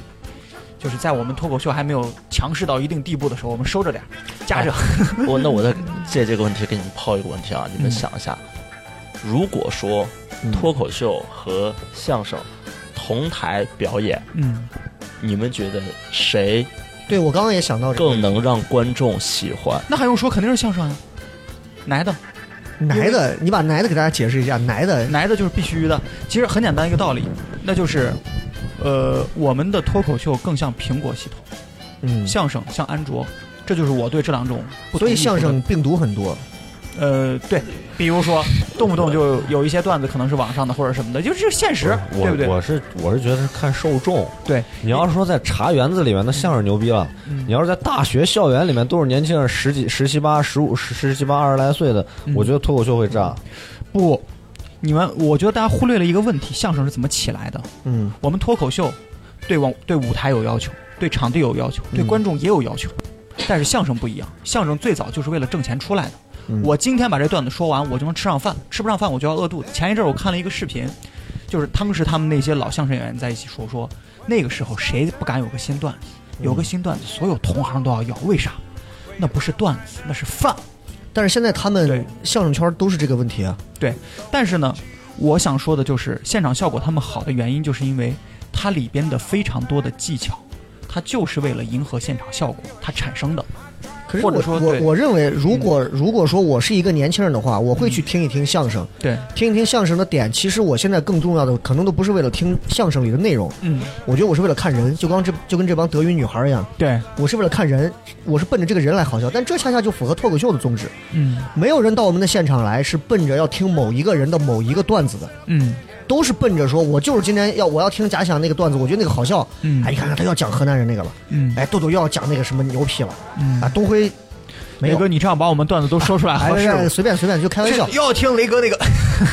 [SPEAKER 4] 就是在我们脱口秀还没有强势到一定地步的时候，我们收着点儿，夹着。
[SPEAKER 3] 哎
[SPEAKER 5] 我那我再借这个问题给你们抛一个问题啊，
[SPEAKER 3] 嗯
[SPEAKER 5] 你们想一下，如果说
[SPEAKER 4] 嗯
[SPEAKER 5] 脱口秀和相声同台表演，
[SPEAKER 4] 嗯，
[SPEAKER 5] 你们觉得谁
[SPEAKER 3] 对我刚刚也想到这个
[SPEAKER 5] 更能让观众喜欢？
[SPEAKER 4] 那还用说，肯定是相声啊。来的，
[SPEAKER 3] 奶的，你把奶的给大家解释一下，奶的
[SPEAKER 4] 来的就是必须的。其实很简单一个道理，那就是，呃，我们的脱口秀更像苹果系统，
[SPEAKER 3] 嗯，
[SPEAKER 4] 相声像安卓，这就是我对这两种不
[SPEAKER 3] 所
[SPEAKER 4] 同
[SPEAKER 3] 以
[SPEAKER 4] 意见的
[SPEAKER 3] 相声病毒很多。
[SPEAKER 4] 呃，对，比如说动不动就有一些段子可能是网上的或者什么的，就是这是现实，
[SPEAKER 6] 我
[SPEAKER 4] 对不对？
[SPEAKER 6] 我是我是觉得是看受众。
[SPEAKER 4] 对，
[SPEAKER 6] 你要是说在茶园子里面，那相声牛逼了；
[SPEAKER 3] 嗯
[SPEAKER 6] 你要是在大学校园里面，都是年轻人十几、十七八、十五、十十七八、二十来岁的，
[SPEAKER 3] 嗯
[SPEAKER 6] 我觉得脱口秀会炸。
[SPEAKER 4] 不，你们，我觉得大家忽略了一个问题：相声是怎么起来的？
[SPEAKER 3] 嗯，
[SPEAKER 4] 我们脱口秀对网对舞台有要求，对场地有要求，对观众也有要求，但是相声不一样，相声最早就是为了挣钱出来的。我今天把这段子说完，我就能吃上饭，吃不上饭我就要饿肚子。前一阵儿我看了一个视频，就是当时他们那些老相声演员在一起说说，那个时候谁不敢有个新段子，有个新段子，所有同行都要要，为啥？那不是段子，那是饭。
[SPEAKER 3] 但是现在他们
[SPEAKER 4] 对
[SPEAKER 3] 相声圈都是这个问题啊。
[SPEAKER 4] 对，但是呢，我想说的就是现场效果他们好的原因，就是因为它里边的非常多的技巧，它就是为了迎合现场效果它产生的。
[SPEAKER 3] 可是
[SPEAKER 4] 或者
[SPEAKER 3] 我
[SPEAKER 4] 说
[SPEAKER 3] 我
[SPEAKER 4] 对嗯
[SPEAKER 3] 我认为，如果如果说我是一个年轻人的话，我会去听一听相声，
[SPEAKER 4] 对，
[SPEAKER 3] 听一听相声的点。其实我现在更重要的，可能都不是为了听相声里的内容，
[SPEAKER 4] 嗯，
[SPEAKER 3] 我觉得我是为了看人，就刚这就跟这帮德云女孩一样，
[SPEAKER 4] 对，
[SPEAKER 3] 我是为了看人，我是奔着这个人来好笑。但这恰恰就符合脱口秀的宗旨，
[SPEAKER 4] 嗯
[SPEAKER 3] 没有人到我们的现场来是奔着要听某一个人的某一个段子的。
[SPEAKER 4] 嗯
[SPEAKER 3] 都是奔着说，我就是今天要我要听贾想那个段子，我觉得那个好笑。
[SPEAKER 4] 嗯
[SPEAKER 3] 哎，你看看他要讲河南人那个了，
[SPEAKER 4] 嗯
[SPEAKER 3] 哎，豆豆又要讲那个什么牛批了，
[SPEAKER 4] 嗯
[SPEAKER 3] 啊，东辉没
[SPEAKER 4] 雷
[SPEAKER 3] 有
[SPEAKER 4] 哥，，你这样把我们段子都说出来
[SPEAKER 3] 哎
[SPEAKER 4] 合适
[SPEAKER 3] 哎
[SPEAKER 4] 吗？
[SPEAKER 3] 随便随便就开玩 笑。
[SPEAKER 4] 要听雷哥那 个，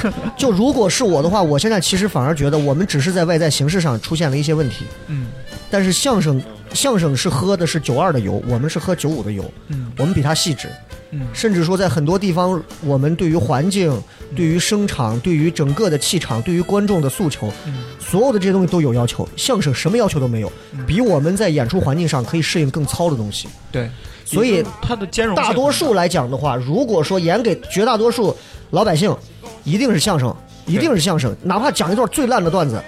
[SPEAKER 4] 嗯
[SPEAKER 3] 就如果是我的话，我现在其实反而觉得我们只是在外在形式上出现了一些问题，
[SPEAKER 4] 嗯
[SPEAKER 3] 但是相声相声是喝的是九二的油，我们是喝九五的油，
[SPEAKER 4] 嗯
[SPEAKER 3] 我们比他细致，
[SPEAKER 4] 嗯
[SPEAKER 3] 甚至说在很多地方，我们对于环境、对于声场、对于整个的气场、对于观众的诉求，
[SPEAKER 4] 嗯
[SPEAKER 3] 所有的这些东西都有要求。相声什么要求都没有，比我们在演出环境上可以适应更糙的东西。
[SPEAKER 4] 对，
[SPEAKER 3] 所以
[SPEAKER 4] 他的兼容性
[SPEAKER 3] 大多数来讲的话，如果说演给绝大多数老百姓，一定是相声，一定是相声，哪怕讲一段最烂的段子，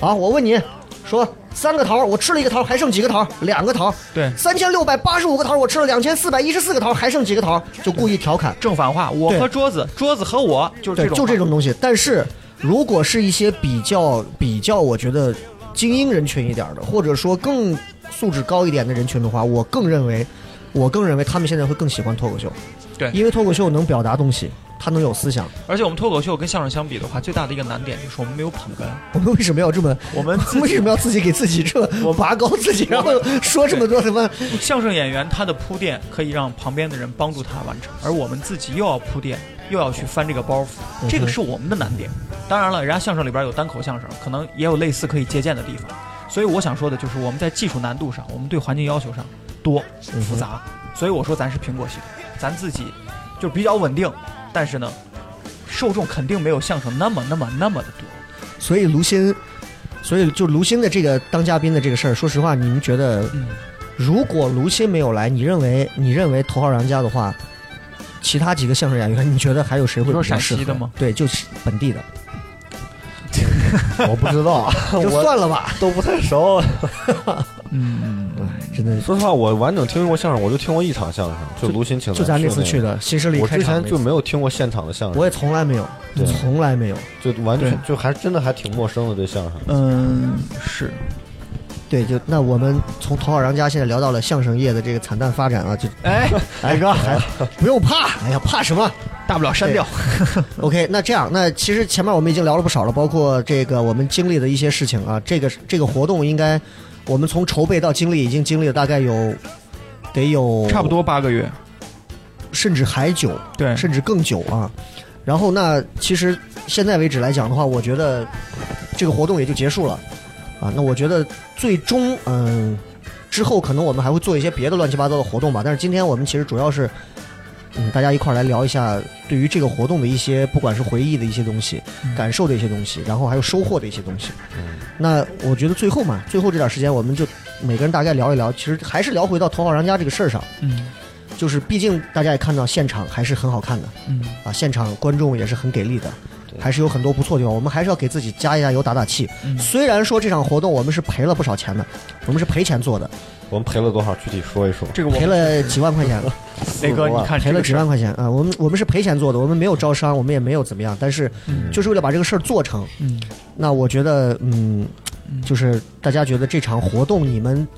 [SPEAKER 3] 啊，我问你，说三个桃儿，我吃了一个桃儿，还剩几个桃儿？两个桃儿。
[SPEAKER 4] 对
[SPEAKER 3] 三千六百八十五个桃儿，我吃了两千四百一十四个桃儿，还剩几个桃儿？就故意调侃，
[SPEAKER 4] 正反话，我
[SPEAKER 3] 对
[SPEAKER 4] 和桌子，桌子和我，就是
[SPEAKER 3] 对，
[SPEAKER 4] 这种，
[SPEAKER 3] 就这种。东西。但是如果是一些比较比较，我觉得精英人群一点儿的，或者说更素质高一点的人群的话，我更认为，我更认为他们现在会更喜欢脱口秀。
[SPEAKER 4] 对
[SPEAKER 3] 因为脱口秀能表达东西，它能有思想。
[SPEAKER 4] 而且我们脱口秀跟相声相比的话，最大的一个难点就是我们没有捧哏，
[SPEAKER 3] 我们为什么要这么？
[SPEAKER 4] 我们自己
[SPEAKER 3] 为什么要自己给自己这拔高自己，然后说这么多什么？
[SPEAKER 4] 相声演员他的铺垫可以让旁边的人帮助他完成，而我们自己又要铺垫，又要去翻这个包袱，这个是我们的难点。当然了，人家相声里边有单口相声，可能也有类似可以借鉴的地方。所以我想说的就是，我们在技术难度上，我们对环境要求上多复杂，所以我说咱是苹果系统，咱自己就比较稳定，但是呢，受众肯定没有相声那么那么那么的多。
[SPEAKER 3] 所以卢鑫，所以就卢鑫的这个当嘉宾的这个事儿，说实话，你们觉得，
[SPEAKER 4] 嗯
[SPEAKER 3] 如果卢鑫没有来，你认为你认为头号玩家的话，其他几个相声演员，你觉得还有谁会
[SPEAKER 4] 你说
[SPEAKER 3] 比较
[SPEAKER 4] 陕
[SPEAKER 3] 适
[SPEAKER 4] 西
[SPEAKER 3] 合
[SPEAKER 4] 的吗？
[SPEAKER 3] 对，就是本地的，
[SPEAKER 6] 我不知道，
[SPEAKER 3] 就
[SPEAKER 6] 我
[SPEAKER 3] 算了吧，
[SPEAKER 6] 都不太熟。
[SPEAKER 4] 嗯，
[SPEAKER 3] 真的，
[SPEAKER 6] 说实话，我完整听过相声，我就听过一场相声，就卢鑫请
[SPEAKER 3] 就咱那次去
[SPEAKER 6] 的。
[SPEAKER 3] 的新势力
[SPEAKER 6] 我
[SPEAKER 3] 开
[SPEAKER 6] 之
[SPEAKER 3] 场那
[SPEAKER 6] 前
[SPEAKER 3] 次，
[SPEAKER 6] 就没有听过现场的相声，
[SPEAKER 3] 我也从来没有，
[SPEAKER 6] 对
[SPEAKER 3] 从来没有。
[SPEAKER 6] 就完全
[SPEAKER 4] 对
[SPEAKER 6] 就还真的还挺陌生的对相声。
[SPEAKER 4] 嗯，是，
[SPEAKER 3] 对，就那我们从头号玩家现在聊到了相声业的这个惨淡发展啊，就
[SPEAKER 4] 哎，
[SPEAKER 3] 哎 哥，还不用怕，哎呀，怕什么？
[SPEAKER 4] 大不了删
[SPEAKER 3] 对
[SPEAKER 4] 掉。
[SPEAKER 3] OK，那这样，那其实前面我们已经聊了不少了，包括这个我们经历的一些事情啊，这个这个活动应该我们从筹备到经历已经经历了大概有得有
[SPEAKER 4] 差不，多八个月，
[SPEAKER 3] 甚至还久，
[SPEAKER 4] 对，
[SPEAKER 3] 甚至更久啊。然后那其实现在为止来讲的话，我觉得这个活动也就结束了啊。那我觉得最终嗯之后可能我们还会做一些别的乱七八糟的活动吧，但是今天我们其实主要是。嗯，大家一块儿来聊一下对于这个活动的一些，不管是回忆的一些东西，感受的一些东西，然后还有收获的一些东西。那我觉得最后嘛，最后这点时间，我们就每个人大概聊一聊，其实还是聊回到头号玩家这个事儿上。
[SPEAKER 4] 嗯
[SPEAKER 3] 就是毕竟大家也看到现场还是很好看的，
[SPEAKER 4] 嗯，
[SPEAKER 3] 啊，现场观众也是很给力的，还是有很多不错的地方，我们还是要给自己加一加油、打打气。
[SPEAKER 4] 嗯
[SPEAKER 3] 虽然说这场活动我们是赔了不少钱的，我们是赔钱做的，
[SPEAKER 6] 我们赔了多少？具体说一说。
[SPEAKER 4] 这个我
[SPEAKER 3] 赔了几万块钱，
[SPEAKER 4] 雷哥，你看
[SPEAKER 3] 赔
[SPEAKER 4] 这
[SPEAKER 3] 了
[SPEAKER 4] 个
[SPEAKER 3] 几
[SPEAKER 4] 事儿
[SPEAKER 3] 万块钱啊！我们我们是赔钱做的，我们没有招商，我们也没有怎么样，但是就是为了把这个事儿做成。
[SPEAKER 4] 嗯，
[SPEAKER 3] 那我觉得，嗯，就是大家觉得这场活动，你们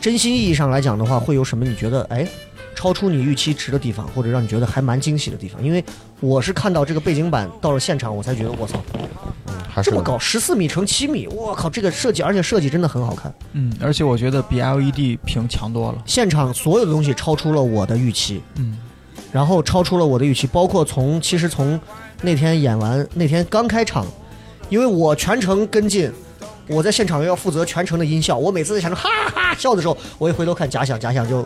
[SPEAKER 3] 真心意义上来讲的话，会有什么你觉得哎超出你预期值的地方，或者让你觉得还蛮惊喜的地方？因为我是看到这个背景板到了现场，我才觉得我操
[SPEAKER 4] 啊
[SPEAKER 6] 还是
[SPEAKER 3] 这么高，十四米乘七米，我靠，这个设计，而且设计真的很好看。
[SPEAKER 4] 嗯，而且我觉得比 LED 屏强多 了。
[SPEAKER 3] 现场所有的东西超出了我的预期，
[SPEAKER 4] 嗯，
[SPEAKER 3] 然后超出了我的预期，包括从其实从那天演完那天刚开场，因为我全程跟进，我在现场又要负责全程的音效，我每次在现场哈哈笑的时候，我一回头看假想，假想就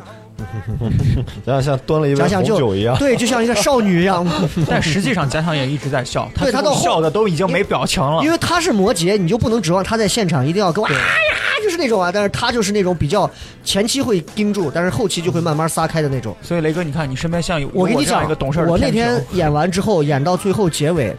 [SPEAKER 6] 咱俩像端了一杯
[SPEAKER 3] 假想
[SPEAKER 6] 红
[SPEAKER 3] 就
[SPEAKER 6] 酒一样。
[SPEAKER 3] 对，就像一个少女一 样，
[SPEAKER 4] 但实际上，贾想也一直在笑，他
[SPEAKER 3] 对他
[SPEAKER 4] 最后
[SPEAKER 3] 到后
[SPEAKER 4] 笑的都已经没表情了。
[SPEAKER 3] 因为她是摩羯，你就不能指望她在现场一定要跟我啊呀，就是那种啊，但是她就是那种比较前期会盯住，但是后期就会慢慢撒开的那种。
[SPEAKER 4] 所以雷哥，你看你身边像有
[SPEAKER 3] 我跟
[SPEAKER 4] 有
[SPEAKER 3] 你
[SPEAKER 4] 这样
[SPEAKER 3] 讲，
[SPEAKER 4] 一个懂事儿的
[SPEAKER 3] 我那
[SPEAKER 4] 天
[SPEAKER 3] 天
[SPEAKER 4] 平
[SPEAKER 3] 演完之后，演到最后结尾，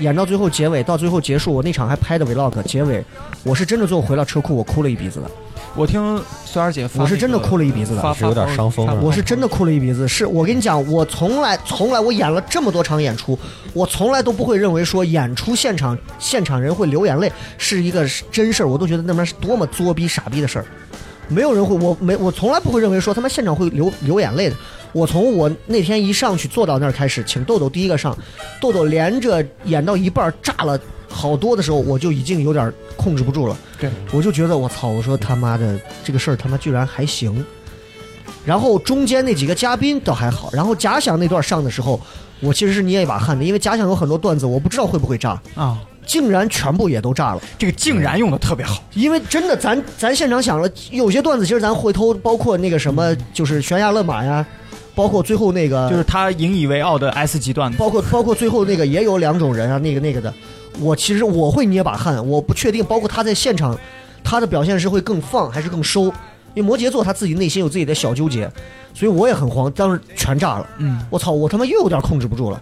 [SPEAKER 3] 演到最后结尾，到最后结束，我那场还拍的 vlog，结尾我是真的最后回到车库，我哭了一鼻子的，
[SPEAKER 4] 我听穗儿姐发那个，
[SPEAKER 3] 我是真的哭了一鼻子的
[SPEAKER 4] 发
[SPEAKER 6] 是有点伤风了
[SPEAKER 4] 嗯
[SPEAKER 3] 我是真的哭了一鼻子。是我跟你讲，我从来从来我演了这么多场演出，我从来都不会认为说演出现场现场人会流眼泪是一个真事儿，我都觉得那妈是多么作逼傻逼的事儿。没有人会，我没，我从来不会认为说他妈现场会流流眼泪的。我从我那天一上去坐到那儿开始，请豆豆第一个上，豆豆连着演到一半儿炸了好多的时候，我就已经有点控制不住了。
[SPEAKER 4] 对，
[SPEAKER 3] 我就觉得我操，我说他妈的这个事儿他妈居然还行。然后中间那几个嘉宾倒还好，然后假想那段上的时候，我其实是捏一把汗的，因为假想有很多段子，我不知道会不会炸，
[SPEAKER 4] 啊。
[SPEAKER 3] 竟然全部也都炸了。
[SPEAKER 4] 这个竟然用的特别好，
[SPEAKER 3] 因为真的，咱咱现场想了，有些段子其实咱回头包括那个什么，就是悬崖勒马呀，包括最后那个，
[SPEAKER 4] 就是他引以为傲的 S 级段子。
[SPEAKER 3] 包括包括最后那个也有两种人啊，那个那个的，我其实我会捏把汗，我不确定，包括他在现场，他的表现是会更放还是更收，因为摩羯座他自己内心有自己的小纠结，所以我也很慌，当时全炸了，
[SPEAKER 4] 嗯，
[SPEAKER 3] 我操，我他妈又有点控制不住了。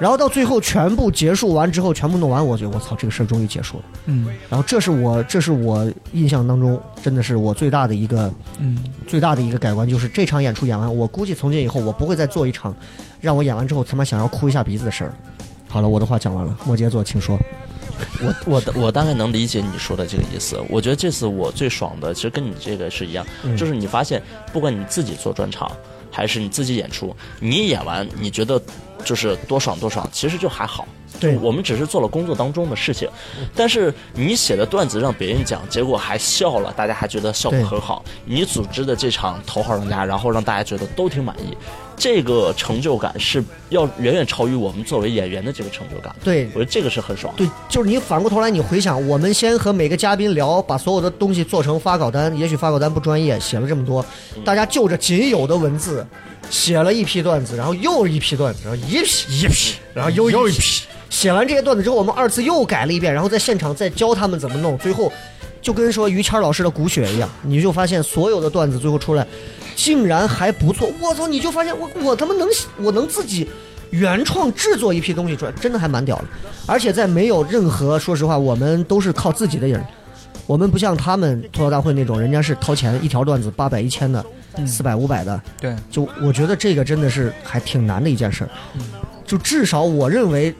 [SPEAKER 3] 然后到最后全部结束完之后，全部弄完，我觉得我操，这个事儿终于结束了。
[SPEAKER 4] 嗯
[SPEAKER 3] 然后这是我这是我印象当中真的是我最大的一个
[SPEAKER 4] 嗯，
[SPEAKER 3] 最大的一个改观，就是这场演出演完，我估计从今以后我不会再做一场让我演完之后他妈想要哭一下鼻子的事儿。好了，我的话讲完了，摩羯座请说。
[SPEAKER 5] 我我大我大概能理解你说的这个意思。我觉得这次我最爽的，其实跟你这个是一样，
[SPEAKER 3] 嗯
[SPEAKER 5] 就是你发现，不管你自己做专场，还是你自己演出，你演完你觉得就是多爽多爽，其实就还好。
[SPEAKER 3] 对嗯
[SPEAKER 5] 我们只是做了工作当中的事情，但是你写的段子让别人讲，结果还笑了，大家还觉得效果
[SPEAKER 3] 对
[SPEAKER 5] 很好。你组织的这场头号玩家，然后让大家觉得都挺满意，这个成就感是要远远超于我们作为演员的这个成就感。
[SPEAKER 3] 对
[SPEAKER 5] 我觉得这个是很爽。
[SPEAKER 3] 对，就是你反过头来你回想，我们先和每个嘉宾聊，把所有的东西做成发稿单，也许发稿单不专业，写了这么多，大家就着仅有的文字写了一批段子，然后又一批段子，然后一批一批，然后又一批。写完这些段子之后，我们二次又改了一遍，然后在现场再教他们怎么弄，最后就跟说于谦老师的骨血一样，你就发现所有的段子最后出来，竟然还不错。我操，你就发现我我他妈能我能自己原创制作一批东西出来，真的还蛮屌的。而且在没有任何，说实话，我们都是靠自己的人，我们不像他们吐槽大会那种，人家是掏钱一条段子八百一千的，四百五百的，
[SPEAKER 4] 对，
[SPEAKER 3] 就我觉得这个真的是还挺难的一件事儿。就至少我认为，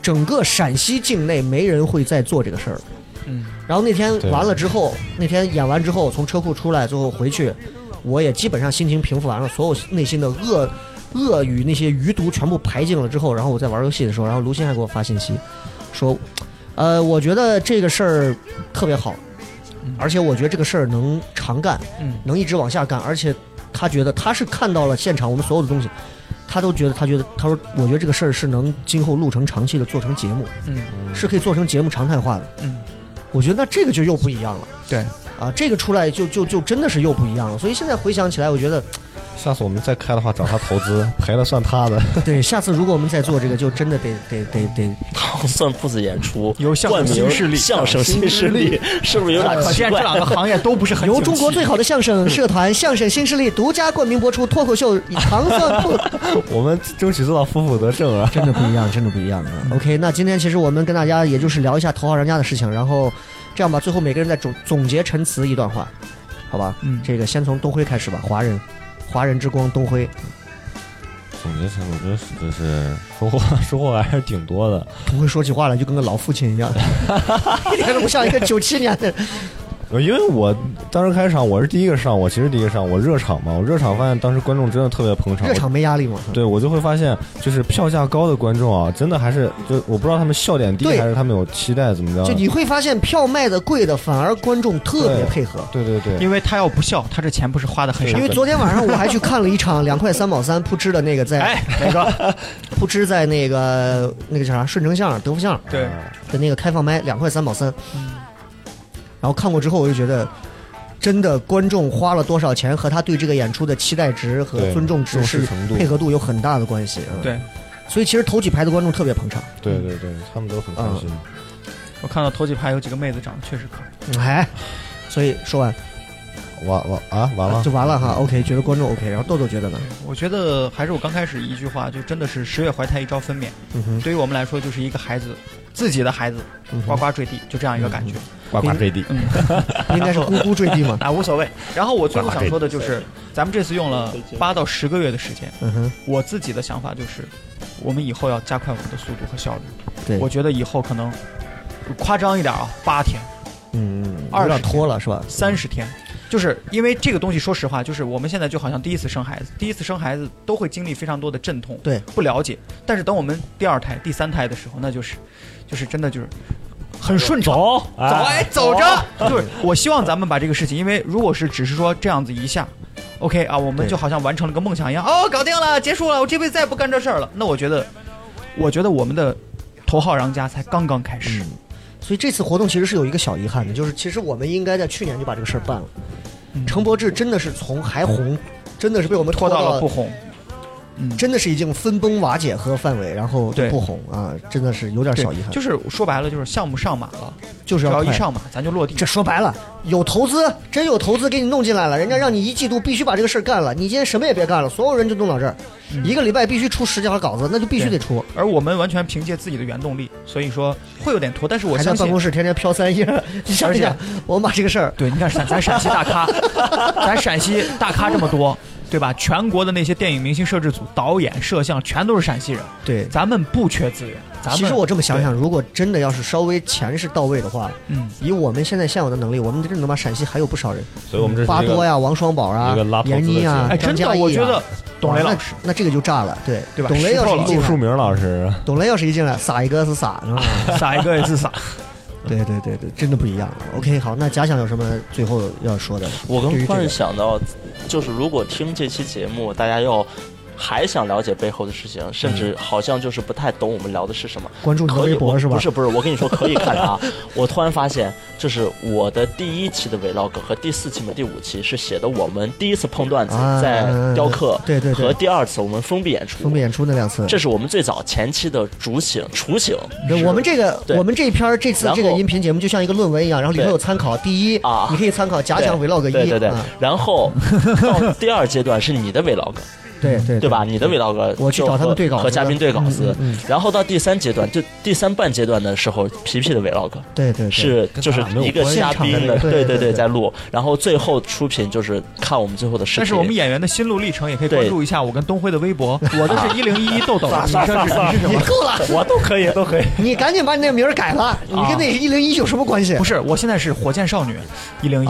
[SPEAKER 3] 整个陕西境内没人会再做这个事儿。
[SPEAKER 4] 嗯，
[SPEAKER 3] 然后那天
[SPEAKER 6] 对
[SPEAKER 3] 完了之后，那天演完之后，从车库出来，最后回去，我也基本上心情平复完了，所有内心的恶恶与那些余毒全部排尽了之后，然后我在玩游戏的时候，然后卢鑫还给我发信息，说，呃，我觉得这个事儿特别好，而且我觉得这个事儿能常干，
[SPEAKER 4] 嗯
[SPEAKER 3] 能一直往下干，而且他觉得他是看到了现场我们所有的东西，他都觉得他觉得他说，我觉得这个事儿是能今后录成长期的，做成节目，
[SPEAKER 4] 嗯
[SPEAKER 3] 是可以做成节目常态化的。
[SPEAKER 4] 嗯，
[SPEAKER 3] 我觉得那这个就又不一样了
[SPEAKER 4] 对，
[SPEAKER 3] 啊，这个出来就就就真的是又不一样了。所以现在回想起来，我觉 得
[SPEAKER 6] 下次我们再开的话，找他投资， 赔了算他的。
[SPEAKER 3] 对，下次如果我们再做这个，就真的得得得得，
[SPEAKER 5] 糖蒜铺子演出
[SPEAKER 4] 有相声
[SPEAKER 5] 冠名
[SPEAKER 4] 新势力
[SPEAKER 5] 相声新势力是不是有点
[SPEAKER 4] 可
[SPEAKER 5] 奇
[SPEAKER 4] 啊见这
[SPEAKER 5] 怪？
[SPEAKER 4] 两个行业都不是很
[SPEAKER 3] 由
[SPEAKER 4] 景
[SPEAKER 3] 中
[SPEAKER 4] 气
[SPEAKER 3] 国最好的相声社团相声新势力独家冠名播出脱口秀《糖蒜铺》。
[SPEAKER 6] 我们争取做到夫妇得正 啊！
[SPEAKER 3] 真的不一样，真的不一样啊。OK，那今天其实我们跟大家也就是聊一下头号玩家的事情，然后这样吧，最后每个人再总总结陈词一段话，好吧？
[SPEAKER 4] 嗯
[SPEAKER 3] 这个先从东辉开始吧，华人，华人之光东辉，
[SPEAKER 6] 总结起来，我觉得就是 收获收获还是挺多的。
[SPEAKER 3] 东辉说起话来就跟个老父亲一 样，一点都不像一个九七年的。
[SPEAKER 6] 呃因为我当时开场，我是第一个上，我其实第一个上，我热场嘛，我热场发现当时观众真的特别捧场，
[SPEAKER 3] 热场没压力吗？
[SPEAKER 6] 对我就会发现，就是票价高的观众啊，真的还是就我不知道他们笑点低
[SPEAKER 3] 对
[SPEAKER 6] 还是他们有期待怎么着。
[SPEAKER 3] 就你会发现票卖的贵的，反而观众特别配合。
[SPEAKER 6] 对对对，
[SPEAKER 4] 因为他要不笑，他这钱不是花的很傻
[SPEAKER 3] 因。为昨天晚上我还去看了一场两块三毛三扑哧的那个在，
[SPEAKER 4] 哎，
[SPEAKER 3] 那 个扑哧在那个那个叫啥顺城巷德福巷，
[SPEAKER 4] 对，
[SPEAKER 3] 的那个开放麦两块三毛三，然后看过之后我就觉得，真的观众花了多少钱和他对这个演出的期待值和
[SPEAKER 6] 对
[SPEAKER 3] 尊重值
[SPEAKER 6] 重视
[SPEAKER 3] 是
[SPEAKER 6] 程度
[SPEAKER 3] 配合度有很大的关系。嗯，
[SPEAKER 4] 对
[SPEAKER 3] 所以其实头几排的观众特别捧场。
[SPEAKER 6] 对对对，他们都很开心。
[SPEAKER 3] 嗯
[SPEAKER 4] 我看到头几排有几个妹子长得确实可爱。
[SPEAKER 3] 哎，所以说完，
[SPEAKER 6] 完完啊，完了
[SPEAKER 3] 就，完了哈。OK，觉得观众 OK，然后豆豆觉得呢？
[SPEAKER 4] 我觉得还是我刚开始一句话，就真的是十月怀胎一朝分娩。
[SPEAKER 3] 嗯哼，
[SPEAKER 4] 对于我们来说，就是一个孩子，自己的孩子
[SPEAKER 3] 嗯
[SPEAKER 4] 呱
[SPEAKER 3] 哼
[SPEAKER 4] 呱坠地，就这样一个感觉。
[SPEAKER 6] 呱呱坠地，
[SPEAKER 3] 应该是咕咕坠地嘛。
[SPEAKER 4] 啊，无所谓。然后我最后
[SPEAKER 6] 呱呱
[SPEAKER 4] 想
[SPEAKER 6] 坠
[SPEAKER 4] 说的就是，咱们这次用了八到十个月的时间，
[SPEAKER 3] 嗯 哼，
[SPEAKER 4] 我自己的想法就是，我们以后要加快我们的速度和效率。
[SPEAKER 3] 对，
[SPEAKER 4] 我觉得以后可能夸张一点啊，八天、
[SPEAKER 3] 嗯，有
[SPEAKER 4] 20
[SPEAKER 3] 点拖了是吧？
[SPEAKER 4] 三十天，就是因为这个东西，说实话，就是我们现在就好像第一次生孩子，第一次生孩子都会经历非常多的阵痛，
[SPEAKER 3] 对，
[SPEAKER 4] 不了解。但是等我们第二胎、第三胎的时候，那就是，就是真的就是。很顺畅，走
[SPEAKER 5] 啊
[SPEAKER 4] 哎，走着，就是我希望咱们把这个事情，因为如果是只是说这样子一下，OK 啊，我们
[SPEAKER 3] 对
[SPEAKER 4] 就好像完成了个梦想一样，哦，搞定了，结束了，我这辈子再也不干这事儿了。那我觉得，我觉得我们的头号玩家才刚刚开始，
[SPEAKER 3] 所以这次活动其实是有一个小遗憾的，就是其实我们应该在去年就把这个事儿办了。
[SPEAKER 4] 嗯
[SPEAKER 3] 程博志真的是从还红，真的是被我们
[SPEAKER 4] 拖
[SPEAKER 3] 到
[SPEAKER 4] 到了不红，嗯，
[SPEAKER 3] 真的是已经分崩瓦解和范围，然后
[SPEAKER 4] 对
[SPEAKER 3] 不红啊，真的是有点
[SPEAKER 4] 对
[SPEAKER 3] 小遗憾。
[SPEAKER 4] 就是说白了，就是项目上马了，
[SPEAKER 3] 就是
[SPEAKER 4] 只要
[SPEAKER 3] 要
[SPEAKER 4] 一
[SPEAKER 3] 快
[SPEAKER 4] 上马，咱就落地。
[SPEAKER 3] 这说白了，有投资，真有投资给你弄进来了，人家让你一季度必须把这个事儿干了，你今天什么也别干了，所有人就弄到这儿，
[SPEAKER 4] 嗯
[SPEAKER 3] 一个礼拜必须出十几条稿子，那就必须得出。
[SPEAKER 4] 而我们完全凭借自己的原动力，所以说会有点拖，但是我
[SPEAKER 3] 还在
[SPEAKER 4] 相
[SPEAKER 3] 办
[SPEAKER 4] 信
[SPEAKER 3] 公。室天天飘三叶，你想一想
[SPEAKER 4] 而，
[SPEAKER 3] 我们把这个事儿，
[SPEAKER 4] 对，你看陕咱陕西大咖，咱陕西大咖这么多，对吧？全国的那些电影明星、摄制组、导演、摄像，全都是陕西人。
[SPEAKER 3] 对，
[SPEAKER 4] 咱们不缺资源，咱们
[SPEAKER 3] 其实我这么想
[SPEAKER 4] 对
[SPEAKER 3] 想，，如果真的要是稍微钱是到位的话，
[SPEAKER 4] 嗯，
[SPEAKER 3] 以我们现在现有的能力，我们真的能把陕西还有不少人，
[SPEAKER 6] 所以我们这是
[SPEAKER 3] 巴
[SPEAKER 6] 一个
[SPEAKER 3] 多呀、王双宝啊
[SPEAKER 6] 一个拉、投资的
[SPEAKER 3] 闫妮啊
[SPEAKER 4] 哎，、
[SPEAKER 3] 张
[SPEAKER 4] 真
[SPEAKER 3] 嘉
[SPEAKER 4] 的，
[SPEAKER 3] 译啊，
[SPEAKER 4] 我觉得董雷
[SPEAKER 3] 哇
[SPEAKER 4] 老
[SPEAKER 3] 那
[SPEAKER 4] 师，
[SPEAKER 3] 那这个就炸了，对
[SPEAKER 4] 对吧
[SPEAKER 3] 董雷要
[SPEAKER 4] 石
[SPEAKER 3] 是
[SPEAKER 4] 头
[SPEAKER 3] 一
[SPEAKER 4] 老
[SPEAKER 3] 进
[SPEAKER 6] 陆树
[SPEAKER 3] 来，
[SPEAKER 6] 铭老师，
[SPEAKER 3] 董雷要是一进来，撒一个是撒，是吧？
[SPEAKER 4] 撒一个 也是撒。
[SPEAKER 3] 对对对对，真的不一样。OK，好，那假想有什么最后要说的？
[SPEAKER 5] 我
[SPEAKER 3] 对于
[SPEAKER 5] 刚
[SPEAKER 3] 这
[SPEAKER 5] 突然
[SPEAKER 3] 个
[SPEAKER 5] 想到，就是如果听这期节目，大家要还想了解背后的事情，甚至好像就是不太懂我们聊的是什么，
[SPEAKER 3] 关注你的
[SPEAKER 5] 可
[SPEAKER 3] 嗯
[SPEAKER 5] 以
[SPEAKER 3] 微博
[SPEAKER 5] 呃我
[SPEAKER 3] 是吧
[SPEAKER 5] 不是不是，我跟你说可以看的啊！ 我突然发现，就是我的第一期的 vlog 和第四期的第五期是写的我们第一次碰段子
[SPEAKER 3] 啊
[SPEAKER 5] 在雕刻，
[SPEAKER 3] 对对对
[SPEAKER 5] 和第二次我们封闭演出
[SPEAKER 3] 封，面演出那两次，
[SPEAKER 5] 这是我们最早前期的主醒雏醒。
[SPEAKER 3] 对我们这个
[SPEAKER 5] 对
[SPEAKER 3] 我们这一篇儿这次
[SPEAKER 5] 然后
[SPEAKER 3] 这个音频节目就像一个论文一样，然后里头
[SPEAKER 5] 对
[SPEAKER 3] 有参考。第一
[SPEAKER 5] 啊，
[SPEAKER 3] 你可以参考假想
[SPEAKER 5] 对
[SPEAKER 3] vlog 一，
[SPEAKER 5] 对对对
[SPEAKER 3] 啊，
[SPEAKER 5] 然后到第二阶段是你的 vlog，
[SPEAKER 3] 对 对
[SPEAKER 5] 对？吧？你的 vlog，
[SPEAKER 3] 我去
[SPEAKER 5] 就
[SPEAKER 3] 找他们
[SPEAKER 5] 和
[SPEAKER 3] 对稿子
[SPEAKER 5] 和嘉宾对稿子
[SPEAKER 3] 嗯嗯嗯，
[SPEAKER 5] 然后到第三阶段，就第三半阶段的时候，皮皮的 vlog
[SPEAKER 3] 对对对
[SPEAKER 5] 是就是一个嘉宾
[SPEAKER 3] 啊现场
[SPEAKER 5] 的，
[SPEAKER 3] 的那个对
[SPEAKER 5] 对
[SPEAKER 3] 对对
[SPEAKER 5] 对，
[SPEAKER 3] 对
[SPEAKER 5] 在录，然后最后出品就是看我们最后的视频。
[SPEAKER 4] 但是我们演员的心路历程也可以
[SPEAKER 5] 对
[SPEAKER 4] 关注一下我跟东辉的微博， 啊我的是一零一一豆豆， 你这是你是什
[SPEAKER 3] 你
[SPEAKER 4] 么？
[SPEAKER 3] 够了，
[SPEAKER 5] 我都可以，都可以。
[SPEAKER 3] 你赶紧把你那名儿改
[SPEAKER 5] 啊
[SPEAKER 3] 了，你跟那一零一有什么关系？啊
[SPEAKER 4] 不是，我现在是火箭少女一零一，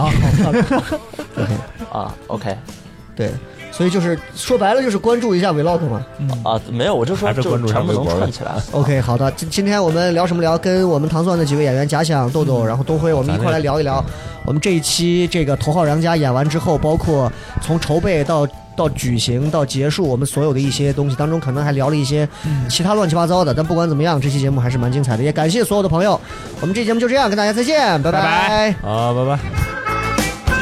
[SPEAKER 5] 啊，OK
[SPEAKER 3] 对，所以就是说白了就是关注一下 vlog 嘛。
[SPEAKER 5] 啊，没有，我就说
[SPEAKER 6] 还是
[SPEAKER 5] 就
[SPEAKER 6] 关注
[SPEAKER 5] 全部
[SPEAKER 6] 上微
[SPEAKER 5] 能
[SPEAKER 6] 博吧
[SPEAKER 5] 串起来。
[SPEAKER 3] OK，好的，今今天我们聊什么聊？跟我们糖蒜的几位演员假想、豆豆，然后东辉，我们一块来聊一聊。我们这一期这个《头号玩家》演完之后，包括从筹备到到举行到结束，我们所有的一些东西当中，可能还聊了一些其他乱七八糟的。但不管怎么样，这期节目还是蛮精彩的，也感谢所有的朋友。我们这期节目就这样，跟大家再见，拜
[SPEAKER 4] 拜
[SPEAKER 3] 拜
[SPEAKER 6] 啊，拜拜。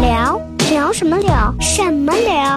[SPEAKER 1] 聊聊什么聊？什么聊？